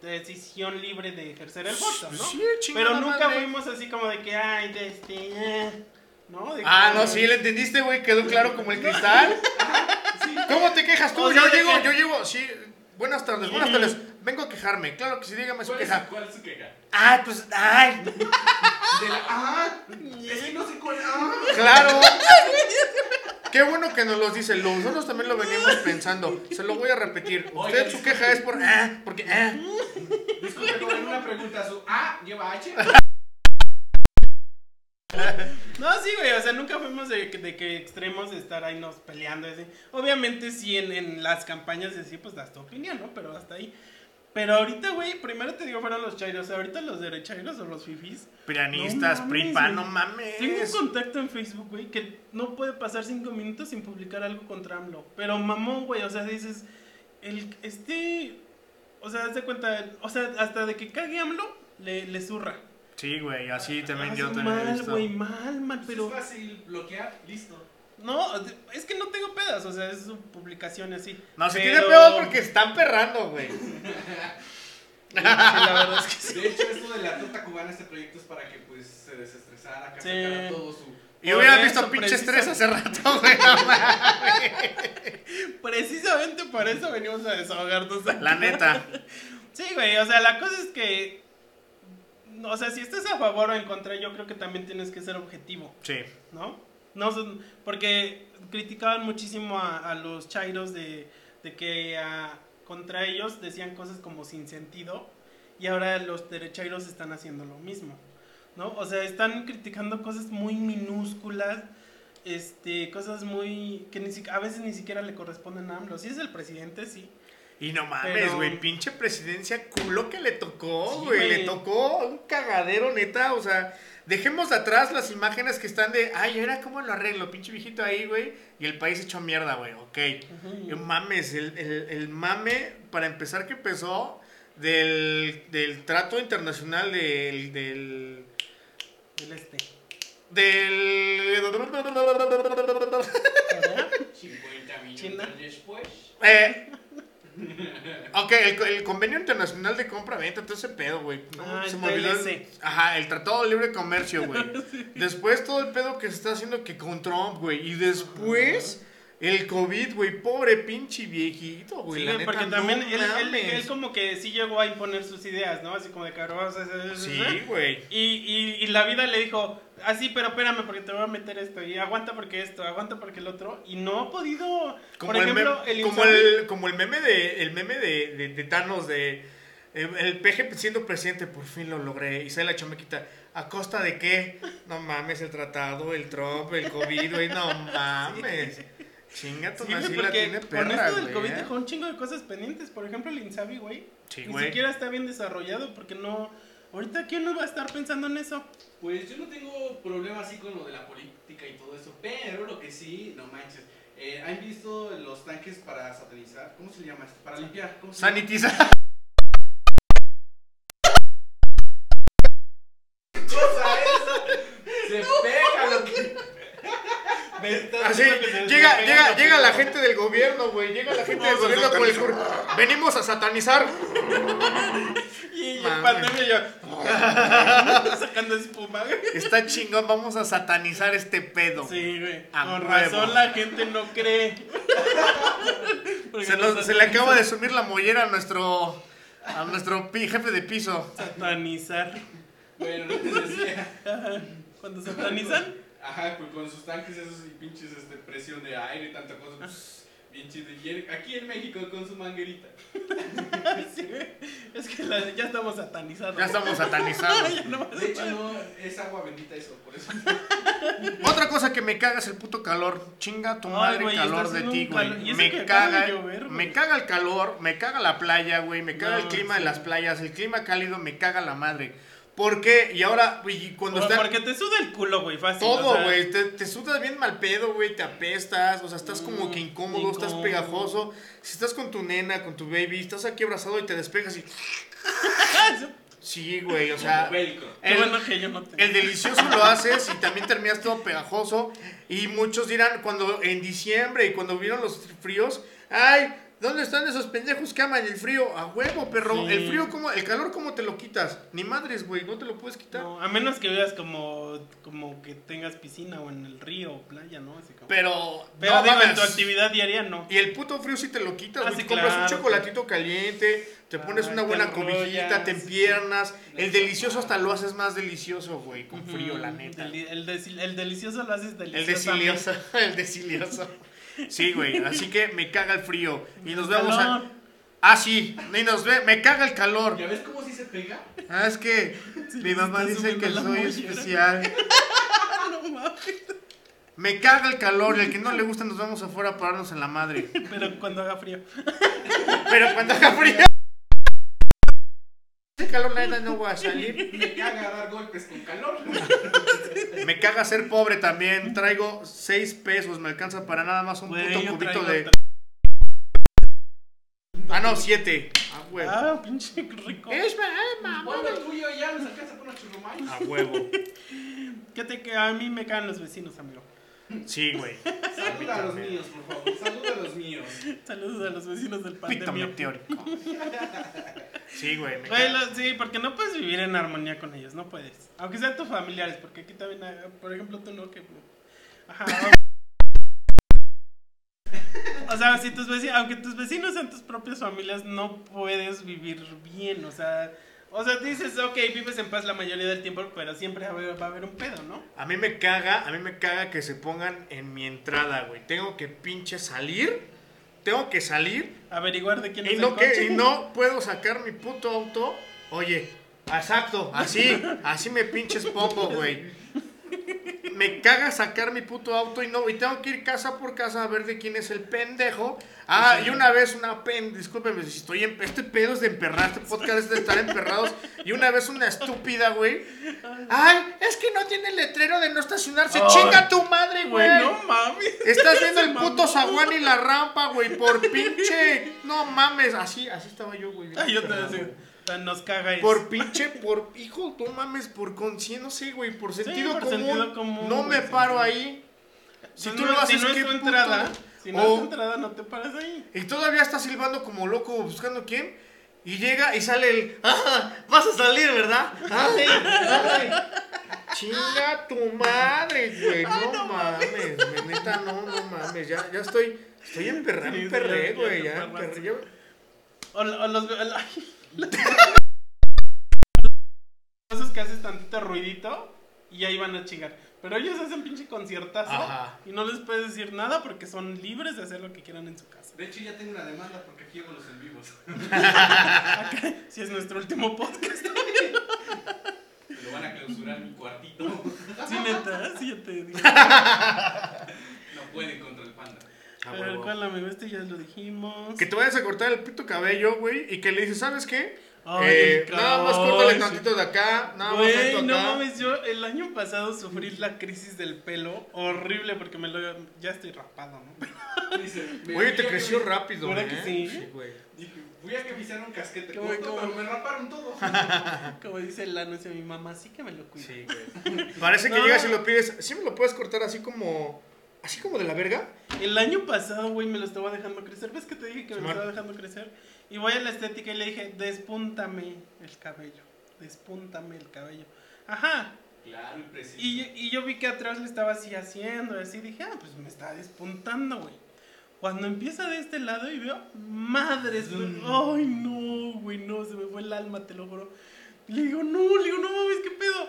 A: decisión libre de ejercer el voto, ¿no?
B: Sí, chingada
A: pero nunca
B: madre.
A: fuimos así como de que, ay, de este, eh", ¿no? De que-
B: Ah, no, sí, ¿le entendiste, güey? Quedó claro como el cristal. ¿Cómo te quejas tú?
A: O sea,
B: yo
A: de
B: llego,
A: que-
B: yo llego, sí. Buenas tardes, buenas tardes. Vengo a quejarme. Claro que sí, dígame su
A: Pues
C: ¿Cuál es,
B: queja.
C: su- ¿Cuál es su queja?
B: Ay, pues, ay,
C: De la. ¡Ah! Es que no sé cuál. ¡Ah!
B: claro. Qué bueno que nos los dice. Lu. Nosotros también lo veníamos pensando. Se lo voy a repetir. Usted
C: Oye.
B: su queja es por, ah, porque, ah.
C: Disculpe, joven, una pregunta. ¿Su A lleva H?
A: No, sí, güey, o sea, nunca fuimos de, que- de que extremos de estar ahí nos peleando. Así. Obviamente, sí, en, en las campañas, de sí, pues das tu opinión, ¿no? Pero hasta ahí. Pero ahorita, güey, primero te digo, fueron los chairos. Ahorita los derechairos o los fifis.
B: Piranistas,
A: No mames,
B: pripa,
A: güey.
B: no mames.
A: Tengo un contacto en Facebook, güey, que no puede pasar cinco minutos sin publicar algo contra AMLO. Pero mamón, güey, o sea, dices, el, este, o sea, haz de cuenta, o sea, hasta de que cague AMLO, le, le zurra.
B: Sí, güey, así también
A: Ah,
B: yo
A: sí,
B: también he
A: mal,
B: visto.
A: güey, mal, mal,
C: Pero...
A: pero...
C: Pues Es fácil bloquear, listo.
A: No, es que no tengo pedas, o sea, es su publicación así.
B: No, se
A: Pero-
B: tiene pedo porque están perrando, güey.
A: Sí, La verdad es que sí.
C: De hecho, esto de la torta cubana, este proyecto es para que pues se desestresara, que
A: Sí.
C: sacara todo su.
B: Y
A: Por
B: hubiera
A: eso,
B: visto pinches tres
A: preciso-
B: hace rato, güey. no mames.
A: Precisamente por eso venimos a desahogarnos aquí.
B: La neta.
A: Sí, güey, o sea, la cosa es que. O sea, si estás a favor o en contra, yo creo que también tienes que ser objetivo,
B: Sí.
A: ¿no? No son- Porque criticaban muchísimo a, a los chairos de, de que ah, contra ellos decían cosas como sin sentido. Y ahora los derechairos están haciendo lo mismo, ¿no? O sea, están criticando cosas muy minúsculas. Este, cosas muy. que ni, si- a veces ni siquiera le corresponden a AMLO. Si es el presidente, sí.
B: Y no mames,
A: Pero-
B: güey, pinche presidencia culo que le tocó,
A: Sí,
B: güey.
A: güey.
B: le tocó un cagadero, neta. O sea, dejemos de atrás las imágenes que están de, ay, ahora cómo lo arreglo, pinche viejito ahí, güey. Y el país hecho mierda, güey, ok. Eh, Mames, el, el- el mame, para empezar, que empezó del, del trato internacional del. del.
A: Del este.
B: del-
A: ¿Verdad?
C: 50 millones
A: China.
C: después.
B: Eh, ok, el, co- el convenio internacional de compra-venta, todo ese pedo, güey. No,
A: Ah,
B: se
A: el
B: me olvidó. el-
A: TLC.
B: ajá, el Tratado de Libre Comercio, güey. Después todo el pedo que se está haciendo que con Trump, güey. Y después el COVID, güey. Pobre pinche viejito, güey.
A: Sí,
B: la
A: güey,
B: neta,
A: porque
B: no
A: también él, él-
B: mames.
A: él como que sí llegó a imponer sus ideas, ¿no? Así como ¿eh? de cabrón. vamos a hacer-
B: Sí, güey.
A: Y, y, y la vida le dijo, así, pero espérame porque te voy a meter esto. Y aguanta porque esto, aguanta porque el otro. Y no ha podido.
B: Como,
A: por ejemplo,
B: el,
A: el,
B: meme, como,
A: Insomnio-
B: el, como el meme de, el meme de, de- de Thanos de... El, el PG siendo presidente, por fin lo logré. Y sale la chamequita. ¿A costa de qué? No mames, el tratado, el Trump, el COVID, güey. No mames. Chinga tu
A: Sí, güey,
B: madre, sí la
A: porque
B: tiene
A: con
B: perra,
A: esto del
B: güey.
A: COVID
B: ¿eh?
A: dejó un chingo de cosas pendientes. Por ejemplo, el Insabi, güey.
B: Sí,
A: ni
B: güey.
A: siquiera está bien desarrollado porque no. Ahorita, ¿quién no va a estar pensando en eso?
C: Pues yo no tengo problema así con lo de la política y todo eso, pero lo que sí, no manches. eh, ¿Han visto los tanques para satanizar? ¿Cómo se le llama esto? Para limpiar. ¿Cómo se llama?
B: Sanitiza.
C: cosa esa? Se pega lo que. Me estás
B: Así,
C: diciendo que se
B: Ah, llega,
C: despega
B: llega,
C: la
B: llega la
C: película.
B: gente del gobierno, güey. Llega la gente del
D: Vamos a
B: gobierno con el cur. Venimos a satanizar.
A: Y en
B: Mames.
A: pandemia yo. sacando espuma, güey.
B: Está chingón, vamos a satanizar este pedo.
A: Sí, güey.
B: A
A: Con
B: huevo.
A: razón la gente no cree. Porque
B: Se,
A: nos
B: nos- se le acaba de sumir la mollera a nuestro, a nuestro pi- jefe de piso.
A: Satanizar.
C: Bueno, lo que decía.
A: Ajá. Cuando satanizan,
C: Ajá, pues con sus tanques esos y pinches este, presión de aire y tanta cosa. pues, bien chido. Y el- aquí en México con su manguerita.
A: sí, güey. es que la- ya estamos satanizados.
B: Ya estamos satanizados.
A: Ya no más-
C: De hecho, no, es agua bendita eso, por eso.
B: Otra cosa que me caga es el puto calor. Chinga tu
A: Ay,
B: madre
A: güey,
B: calor
A: está
B: de
A: haciendo
B: ti,
A: un
B: güey.
A: calor- y eso que
B: Me
A: acaba de
B: caga,
A: llover, güey.
B: me caga el calor, me caga la playa, güey, me caga el
A: No,
B: clima
A: sí.
B: de las playas, el clima cálido me caga la madre. ¿Por qué? Y ahora, güey, y cuando
A: O-
B: está
A: Porque te suda el culo, güey, fácil. o
B: todo,
A: sea,
B: güey, te, te sudas bien mal pedo, güey, te apestas, o sea, estás como
A: Mm,
B: que incómodo, estás
A: incómodo.
B: pegajoso. Si estás con tu nena, con tu baby, estás aquí abrazado y te despegas y sí, güey, o sea,
C: Velcro.
A: Qué
B: el-
A: bueno que yo no tengo.
B: el delicioso lo haces y también terminas todo pegajoso. Y muchos dirán, cuando en diciembre y cuando vieron los fríos, ay, ¿dónde están esos pendejos que aman el frío? A huevo, perro.
A: Sí.
B: El frío, ¿cómo, el calor, ¿cómo te lo quitas? Ni madres, güey, no te lo puedes quitar.
A: No, a menos que vivas como, como que tengas piscina o en el río o playa, ¿no? Así como-
B: Pero,
A: Pero
B: no
A: digo, en
B: mames.
A: tu actividad diaria no.
B: Y el puto frío sí te lo quitas,
A: Ah,
B: güey.
A: sí,
B: Te compras un
A: claro.
B: chocolatito caliente, te pones
A: Ah,
B: una
A: te
B: buena
A: enrollas,
B: cobijita, te
A: sí, sí.
B: empiernas. El delicioso hasta lo haces más delicioso, güey, con frío, la
A: Ujú,
B: neta.
A: Mm, deli- el, deci- el delicioso lo haces
B: El
A: delicioso.
B: desilioso, el desilioso. Sí, güey, así que me caga el frío. Y nos vemos a... Ah, sí, y nos ve, me caga el calor.
C: ¿Ya ves cómo sí se pega?
B: Ah, es que mi
A: le
B: mamá
A: está
B: dice
A: subiendo
B: que
A: la
B: soy
A: mollera.
B: especial.
A: No mames.
B: Me caga el calor y al que no le gusta nos vamos afuera a pararnos en la madre.
A: Pero cuando haga frío.
B: Pero cuando haga frío... Ese calor la neta no voy a salir.
C: Me caga dar golpes con calor.
B: Me caga ser pobre también. Traigo seis pesos, me alcanza para nada más un
A: Güey,
B: puto
A: yo
B: cubito
A: traigo
B: de...
A: tres.
B: Ah, no, siete. Ah, güey.
A: Ah, pinche rico.
B: Es ma- ay, mamá.
C: Bueno, el tuyo ya nos alcanza por unos churrumais.
B: A huevo.
A: Que te que a mí me caen los vecinos, amigo.
B: Sí, güey.
C: Saluda a los míos, por favor. Saluda a los míos.
A: Saludos a los vecinos del
B: Pito
A: pandemia.
B: meteórico. Sí, güey. me
A: Güey,
B: caga.
A: lo- sí, porque no puedes vivir en armonía con ellos, no puedes. Aunque sean tus familiares, porque aquí también, hay- por ejemplo, tú no, que... Ajá. o- O sea, si tus vecinos, aunque tus vecinos sean tus propias familias, no puedes vivir bien, o sea... O sea, dices, ok, vives en paz la mayoría del tiempo, pero siempre va a haber, va a haber un pedo, ¿no?
B: A mí me caga, a mí me caga que se pongan en mi entrada, güey. Tengo que pinche salir. Tengo que salir.
A: Averiguar de quién
B: Y
A: es
B: no,
A: el
B: que,
A: coche.
B: y no puedo sacar mi puto auto. Oye, exacto. Así, así me pinches pongo, güey. Me caga sacar mi puto auto y no, y tengo que ir casa por casa a ver de quién es el pendejo. Ah, y una vez una pen, discúlpeme si estoy en este pedo es de emperrar, este podcast es de estar emperrados. Y una vez una estúpida, güey. Ay, es que no tiene letrero de no estacionarse.
A: Ay.
B: Chinga tu madre, güey.
A: Güey, no mames.
B: Estás viendo
A: Se
B: el
A: mamó.
B: puto zaguán y la rampa, güey, por pinche. No mames, así, así estaba yo, güey.
A: Ay, yo te voy a decir, nos caga eso.
B: Por pinche, por hijo, no mames, por conciencia, no sé, güey, por sentido,
A: por
B: común,
A: sentido común,
B: No me
A: güey,
B: paro
A: sí.
B: ahí. Si
A: Pues
B: tú
A: no-
B: lo haces,
A: si no
B: qué
A: es tu
B: puto-
A: entrada, si no es
B: O-
A: tu entrada, no te paras ahí.
B: Y todavía está silbando como loco buscando quién. Y llega y sale el. "Ah, vas a salir, ¿verdad? Ay, ay". Chinga tu madre, güey. No, mames, güey, neta, no, no mames. Ya, ya estoy. Estoy en perra,
A: Sí, sí, ya-
B: perré,
A: ya
B: güey.
A: te
B: Ya,
A: emperraste.
B: emperré, ya-
A: O, o los. o la- Esos que haces tantito ruidito y ahí van a chingar. Pero ellos hacen pinche conciertazo
B: Ajá.
A: y no les puedes decir nada porque son libres de hacer lo que quieran en su casa.
C: De hecho, ya tengo una demanda porque aquí hago los en vivos.
A: Acá, si es nuestro último podcast.
C: Me lo van a clausurar mi cuartito.
A: Sí, neta, sí, ya te digo.
B: Ah,
C: No pueden contra el panda.
B: A
A: A ver,
B: huevo.
A: ¿cuál amigo? Este ya lo dijimos.
B: Que te vayas a cortar el pito cabello, güey. Y que le dices, ¿sabes qué?
A: Ay,
B: Eh,
A: el
B: nada más
A: caos.
B: córtale tantito de acá, nada más
A: Güey,
B: esto
A: no
B: acá.
A: mames, yo el año pasado sufrí la crisis del pelo horrible porque me lo ya estoy rapado, ¿no?
C: Dice, me
B: Güey,
C: fui
B: te
C: a
B: creció
C: que-
B: rápido,
A: ¿Verdad
B: güey.
A: que sí?
B: güey.
C: Dije, fui a que me hicieran un casquete
A: Qué güey,
C: corto,
A: cómo-
C: pero me raparon todo.
A: Como dice el anuncio mi mamá, sí que me lo cuida.
B: Sí, güey. Parece que
A: No.
B: llegas y lo pides. ¿Sí me lo puedes cortar así como. así como de la verga?
A: El año pasado, güey, me lo estaba dejando crecer. ¿Ves que te dije que me lo
B: Simón.
A: estaba dejando crecer? Y voy a la estética y le dije, despúntame el cabello. Despúntame el cabello. Ajá.
C: Claro, y preciso.
A: Y, y yo vi que atrás le estaba así haciendo. Así dije, ah, pues me está despuntando, güey. Cuando empieza de este lado y veo, madres, güey. Ay, no, güey, no, se me fue el alma, te lo juro. Le digo, no, le digo, no mames, qué pedo.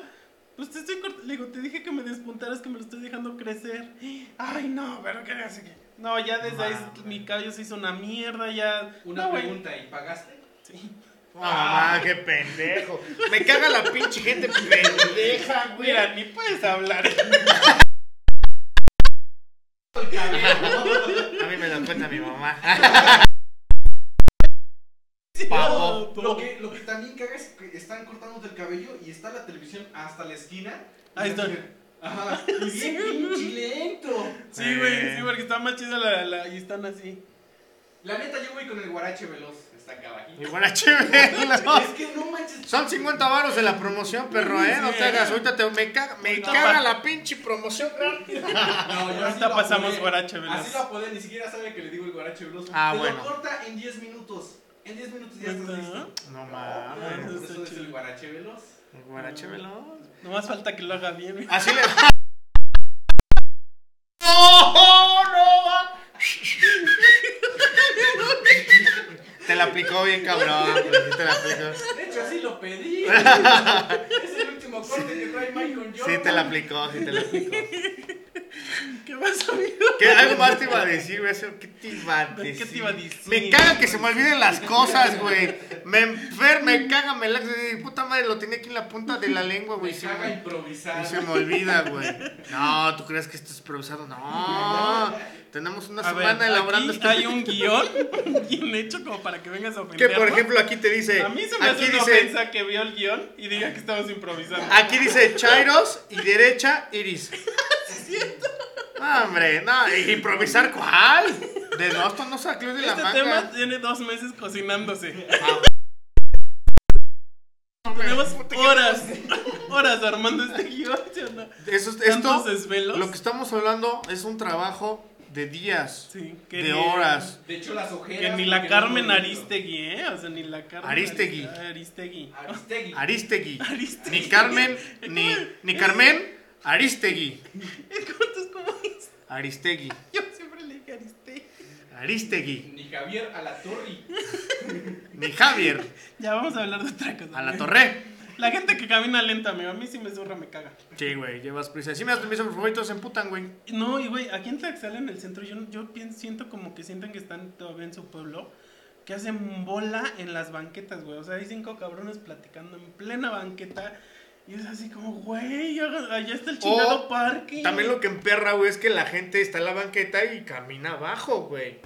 A: Pues te estoy cort- Le digo, te dije que me despuntaras, que me lo estoy dejando crecer. Ay, no, pero qué hace que. No, ya desde ahí
B: Madre.
A: mi cabello se hizo una mierda, ya.
C: Una
A: no, güey.
C: pregunta, ¿y pagaste?
A: Sí.
B: Ah, qué pendejo. Me caga la pinche gente pendeja, güey.
A: Mira, ni puedes hablar.
C: El cabello.
B: A mí me lo cuenta mi mamá.
C: No,
B: Pavo.
C: lo, que, lo que también caga es que están cortándote el cabello y está la televisión hasta la esquina. Y
A: Ahí está.
C: Ajá. Y bien pinche lento.
A: Sí, güey,
B: Eh.
A: sí, porque está más chida la, la. Y están así.
C: La neta, yo voy con el guarache veloz. Está acá abajito.
B: Y buena chévere.
C: Es que no manches.
B: Son 50 varos de la promoción, perro, ¿eh? No te hagas, ahorita te, me, caga, me
A: Ahorita
B: caga
A: pa-
B: la pinche promoción. güey.
C: No, yo así
A: Ahorita
C: lo
A: pasamos
C: apodé.
A: guarache veloz.
C: Así lo apodé, ni siquiera sabe que le digo el guarache veloz.
B: Ah,
C: Te
B: bueno.
C: lo corta en 10 minutos. En 10 minutos ya estás
A: ¿Verdad?
C: listo.
B: No
C: Claro,
B: mames.
C: Por eso
A: Está
C: es el
A: chido.
C: guarache veloz.
B: Guarache veloz.
A: No más falta que lo haga bien, güey.
B: Así le. ¡No! ¡No! va! Te la aplicó bien, cabrón. güey, sí Te la aplicó.
C: De hecho, así lo pedí. es el último corte que trae Michael Jordan.
B: Sí, te la aplicó, sí te la aplicó.
A: ¿Qué más, amigo?
B: ¿Qué, algo más te iba a decir, güey. eso, ¿Qué te iba a
A: ¿Qué
B: decir?
A: te iba a decir?
B: Me caga que se me olviden las cosas, güey. Me enferma, me caga, me la. Puta madre, lo tenía aquí en la punta de la lengua, güey.
C: Me
B: se
C: caga
B: me-
C: improvisar.
B: Y se me olvida, güey. No, ¿tú crees que esto es improvisado? No. Tenemos una
A: A ver,
B: semana elaborando este
A: aquí
B: esto.
A: hay un guión bien hecho como para que vengas a
B: Que
A: ofender.
B: por ejemplo aquí te dice.
A: a mí se me
B: aquí
A: hace una
B: dice. Ah,
A: ofensa que vio el guión y diga que estamos improvisando.
B: Aquí dice Chairos y derecha Iris. No, hombre, no, improvisar cuál. De dos no sacó de la
A: este
B: manga.
A: tema tiene dos meses cocinándose.
B: Ah,
A: Tenemos
B: puta, ¿qué
A: horas, horas armando este guión, ¿sí o no?
B: Eso,
A: Tantos
B: esto,
A: desvelos.
B: lo que estamos hablando es un trabajo de días,
A: Sí, que
B: de
A: ni-
B: horas.
C: De hecho, las ojeras.
A: Que ni la
C: porque
A: Carmen
C: no es bonito.
A: Aristegui, ¿eh? O sea, ni la Carmen.
B: Aristegui.
A: Aristegui.
C: Aristegui.
B: Aristegui.
A: Aristegui.
B: Ni Carmen, ni, ni Carmen, Aristegui.
A: Es como, entonces, ¿cómo es?
B: Aristegui.
A: Yo siempre le dije Aristegui.
B: Aristegui.
C: Ni Javier a la torre.
B: Ni Javier.
A: Ya vamos a hablar de otra cosa.
B: A la
A: güey.
B: torre.
A: La gente que camina lenta, amigo. A mí sí me zurra, me caga.
B: Sí, güey, llevas prisa. Si me das permiso, por favor, y todos se emputan, güey.
A: No, y güey, aquí en Tlaxcala, en el centro, yo, yo pien- siento como que sienten que están todavía en su pueblo, que hacen bola en las banquetas, güey. O sea, hay cinco cabrones platicando en plena banqueta. Y es así como, güey, haga- allá está el chingado
B: O,
A: parque.
B: También lo que emperra, güey, es que la gente está en la banqueta y camina abajo, güey.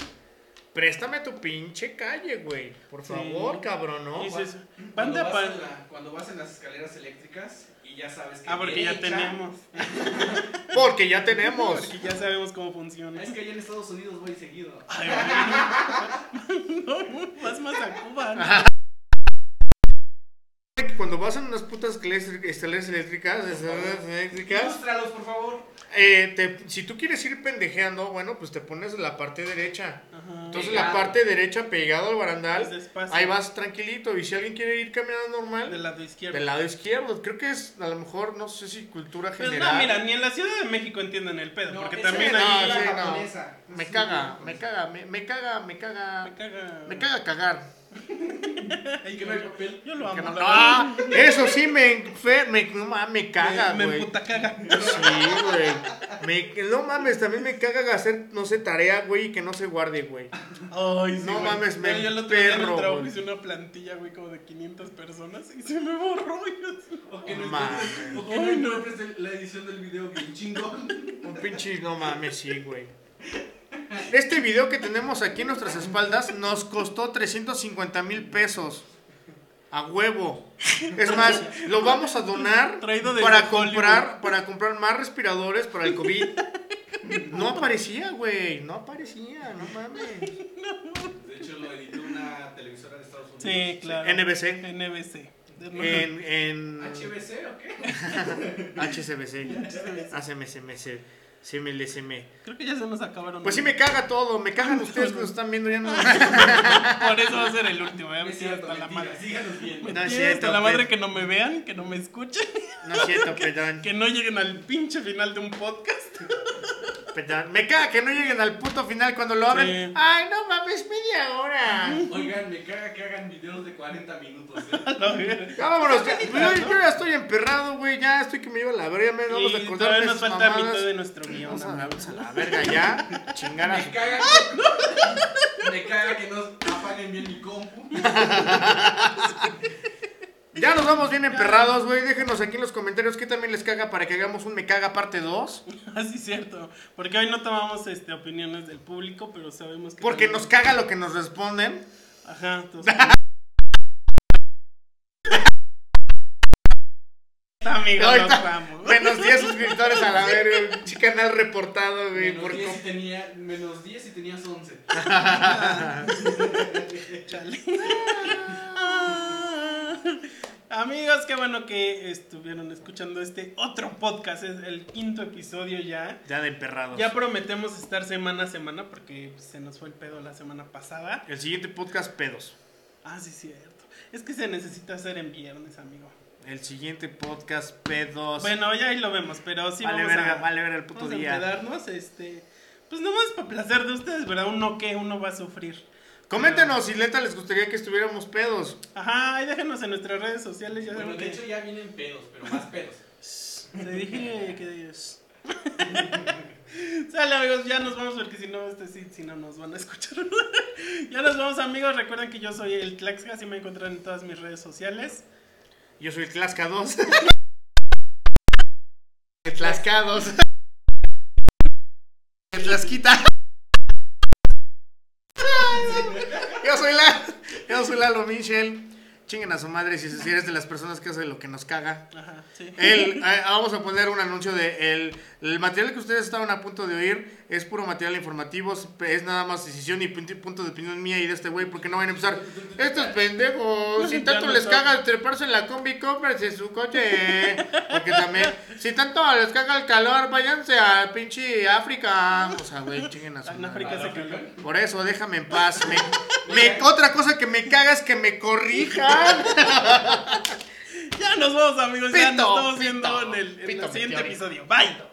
B: Préstame tu pinche calle, güey. Por
A: Sí.
B: favor, cabrón, ¿no?
A: Y dices, van de
C: Cuando
A: a
C: vas,
A: pan-
C: en la- cuando vas en las escaleras eléctricas y ya sabes que.
A: Ah, porque ya
C: derecha-
A: tenemos.
B: Porque ya tenemos.
A: Porque ya sabemos cómo funciona.
C: Es que allá en Estados Unidos voy seguido.
A: Ay, güey. no, vas más a Cuba, ¿no?
B: Que Cuando vas en unas putas escaleras escaleras eléctricas, escaleras eléctricas
C: Ilústralos, por favor.
B: eh, te- si tú quieres ir pendejeando, bueno, pues te pones en la parte derecha.
A: Ajá.
B: Entonces la
C: Pegado.
B: parte derecha pegado al
A: Vas
B: barandal,
A: despacio.
B: ahí vas tranquilito. Y si alguien quiere ir caminando
A: Del
B: normal,
A: lado izquierdo.
B: del lado izquierdo. Creo que es a lo mejor, no sé si cultura
A: Pues
B: general.
A: no, mira, ni en la Ciudad de México entienden el pedo, porque
C: es
A: también
B: no,
A: ahí
B: sí,
C: la
B: no.
C: japonesa.
B: Me caga, me caga, me, me caga, me
A: me
B: caga.
A: caga.
B: Me caga cagar.
A: Ay,
C: Que no hay papel.
A: Yo lo amo.
B: Que no-
A: la
B: ¡Ah! eso sí me enfer- me, no mames, me caga,
A: verdad. me, me
B: güey.
A: puta caga.
B: Sí, güey. Me- no mames, también me caga hacer, no sé, tarea, güey, y que no se guarde, güey.
A: Ay, sí,
B: No
A: güey.
B: mames, me
A: Güey, Yo el otro día en el
B: emperro,
A: trabajo
B: güey.
A: hice una plantilla, güey, como de 500 personas y se me borró. y yo así,
C: O que no
B: Mames.
C: encuentres- o que no
A: Ay, no.
C: encuentres el- la edición del video bien chingón.
B: Un pinche, no mames, sí, güey. Este video que tenemos aquí en nuestras espaldas nos costó 350 mil pesos. A huevo. Es más, lo vamos a donar
A: Traído desde
B: para
A: Hollywood.
B: comprar, para comprar más respiradores para el COVID. No aparecía, güey. No aparecía, no mames.
C: De hecho, lo editó una televisora de Estados Unidos.
A: Sí, claro.
B: NBC.
A: NBC. De-
B: En, en
C: ¿HBC o qué?
B: HCBC. ACMCMC. CMLCM.
A: Creo que ya se nos acabaron.
B: Pues sí me caga todo, me cagan ustedes que nos están viendo ya no.
A: Por eso va a ser el último. Ya me
C: Es
A: tiene
C: cierto,
A: hasta la
C: mentira,
A: madre.
C: síganos viendo.
A: Me
B: No
A: tiene hasta
B: es cierto, pues.
A: la madre
B: Pet.
A: que no me vean, que no me escuchen,
B: No es cierto, perdón.
A: que no lleguen al pinche final de un podcast.
B: perdón. Me caga que no lleguen al puto final cuando lo abren.
A: Sí.
B: Ay, no mames, media hora.
C: Oigan, me caga que hagan videos de 40 minutos. ¿eh?
A: No, mira.
B: Ya vámonos, ya. Pues yo, yo ya estoy emperrado, güey. Ya estoy que me lleva la verga. Ya me vamos a
A: Y
B: acordar
A: todavía
B: de
A: nos
B: esas
A: falta
B: mamadas.
A: mitad de nuestro guión.
B: Vamos a la,
A: amigo.
B: vamos a la verga ya. Chingar a
C: Me
B: su-
C: caga,
A: Ah,
C: que, me caga que no apaguen bien mi compu.
B: Ya nos vamos bien emperrados, güey. Déjenos aquí en los comentarios qué también les caga para que hagamos un me caga parte 2.
A: Así es Ah, cierto. Porque hoy no tomamos este, opiniones del público, pero sabemos que.
B: Porque nos
A: también-
B: caga lo que nos responden.
A: Ajá, entonces. Amigos,
B: Ahorita-
A: nos vamos.
B: Menos 10 suscriptores a la verga. Un canal reportado, güey.
C: Menos
B: Por
C: 10 y
B: com-
C: tenía, menos 10 y tenías 11.
A: Chale. Amigos, qué bueno que estuvieron escuchando este otro podcast. Es el quinto episodio ya.
B: Ya de emperrados.
A: Ya prometemos estar semana a semana porque pues, se nos fue el pedo la semana pasada.
B: El siguiente podcast, pedos.
A: Ah, sí, cierto. Es que se necesita hacer en viernes, amigo.
B: El siguiente podcast, pedos.
A: Bueno, ya ahí lo vemos, pero sí
B: Pues, vale
A: vamos
B: verga,
A: a...
B: vale verga el puto
A: Vamos a
B: día.
A: quedarnos, este. Pues nomás para placer de ustedes, ¿verdad? Uno que uno va a sufrir.
B: Coméntenos si neta les gustaría que estuviéramos pedos.
A: Ajá, y déjenos en nuestras redes sociales, ya
C: Bueno,
A: saben
C: de
A: que.
C: hecho ya vienen pedos, pero más pedos.
A: Te dije que. Sale amigos, ya nos vamos porque si no, este sí, si no nos van a escuchar. ya nos vamos amigos, recuerden que yo soy el Tlaxcas y me encuentran en todas mis redes sociales.
B: Yo soy Tlaxca 2. Tlaxca 2. Tlaxquita. Yo soy la. Yo soy Lalo Michel. Chinguen a su madre si, si eres de las personas que hace lo que nos caga.
A: Ajá, sí.
B: El, eh, vamos a poner un anuncio de el, el material que ustedes estaban a punto de oír es puro material informativo, es- es nada más decisión y punto punto de opinión mía y de este güey porque no van a empezar estos pendejos, si tanto les caga treparse en la combi, cómprense su coche. Porque también, si tanto les caga el calor, váyanse al pinche África. O sea, güey, chinguen a su
A: En
B: madre.
A: Ah, África se
C: África.
A: cagó.
B: Por eso, déjame en paz. Me, me- otra cosa que me caga es que me corrijan.
A: Ya nos vamos amigos, ya
B: Pito,
A: nos estamos
B: pito,
A: viendo en el, en
B: pito
A: el siguiente
B: meteorito.
A: episodio. Bye.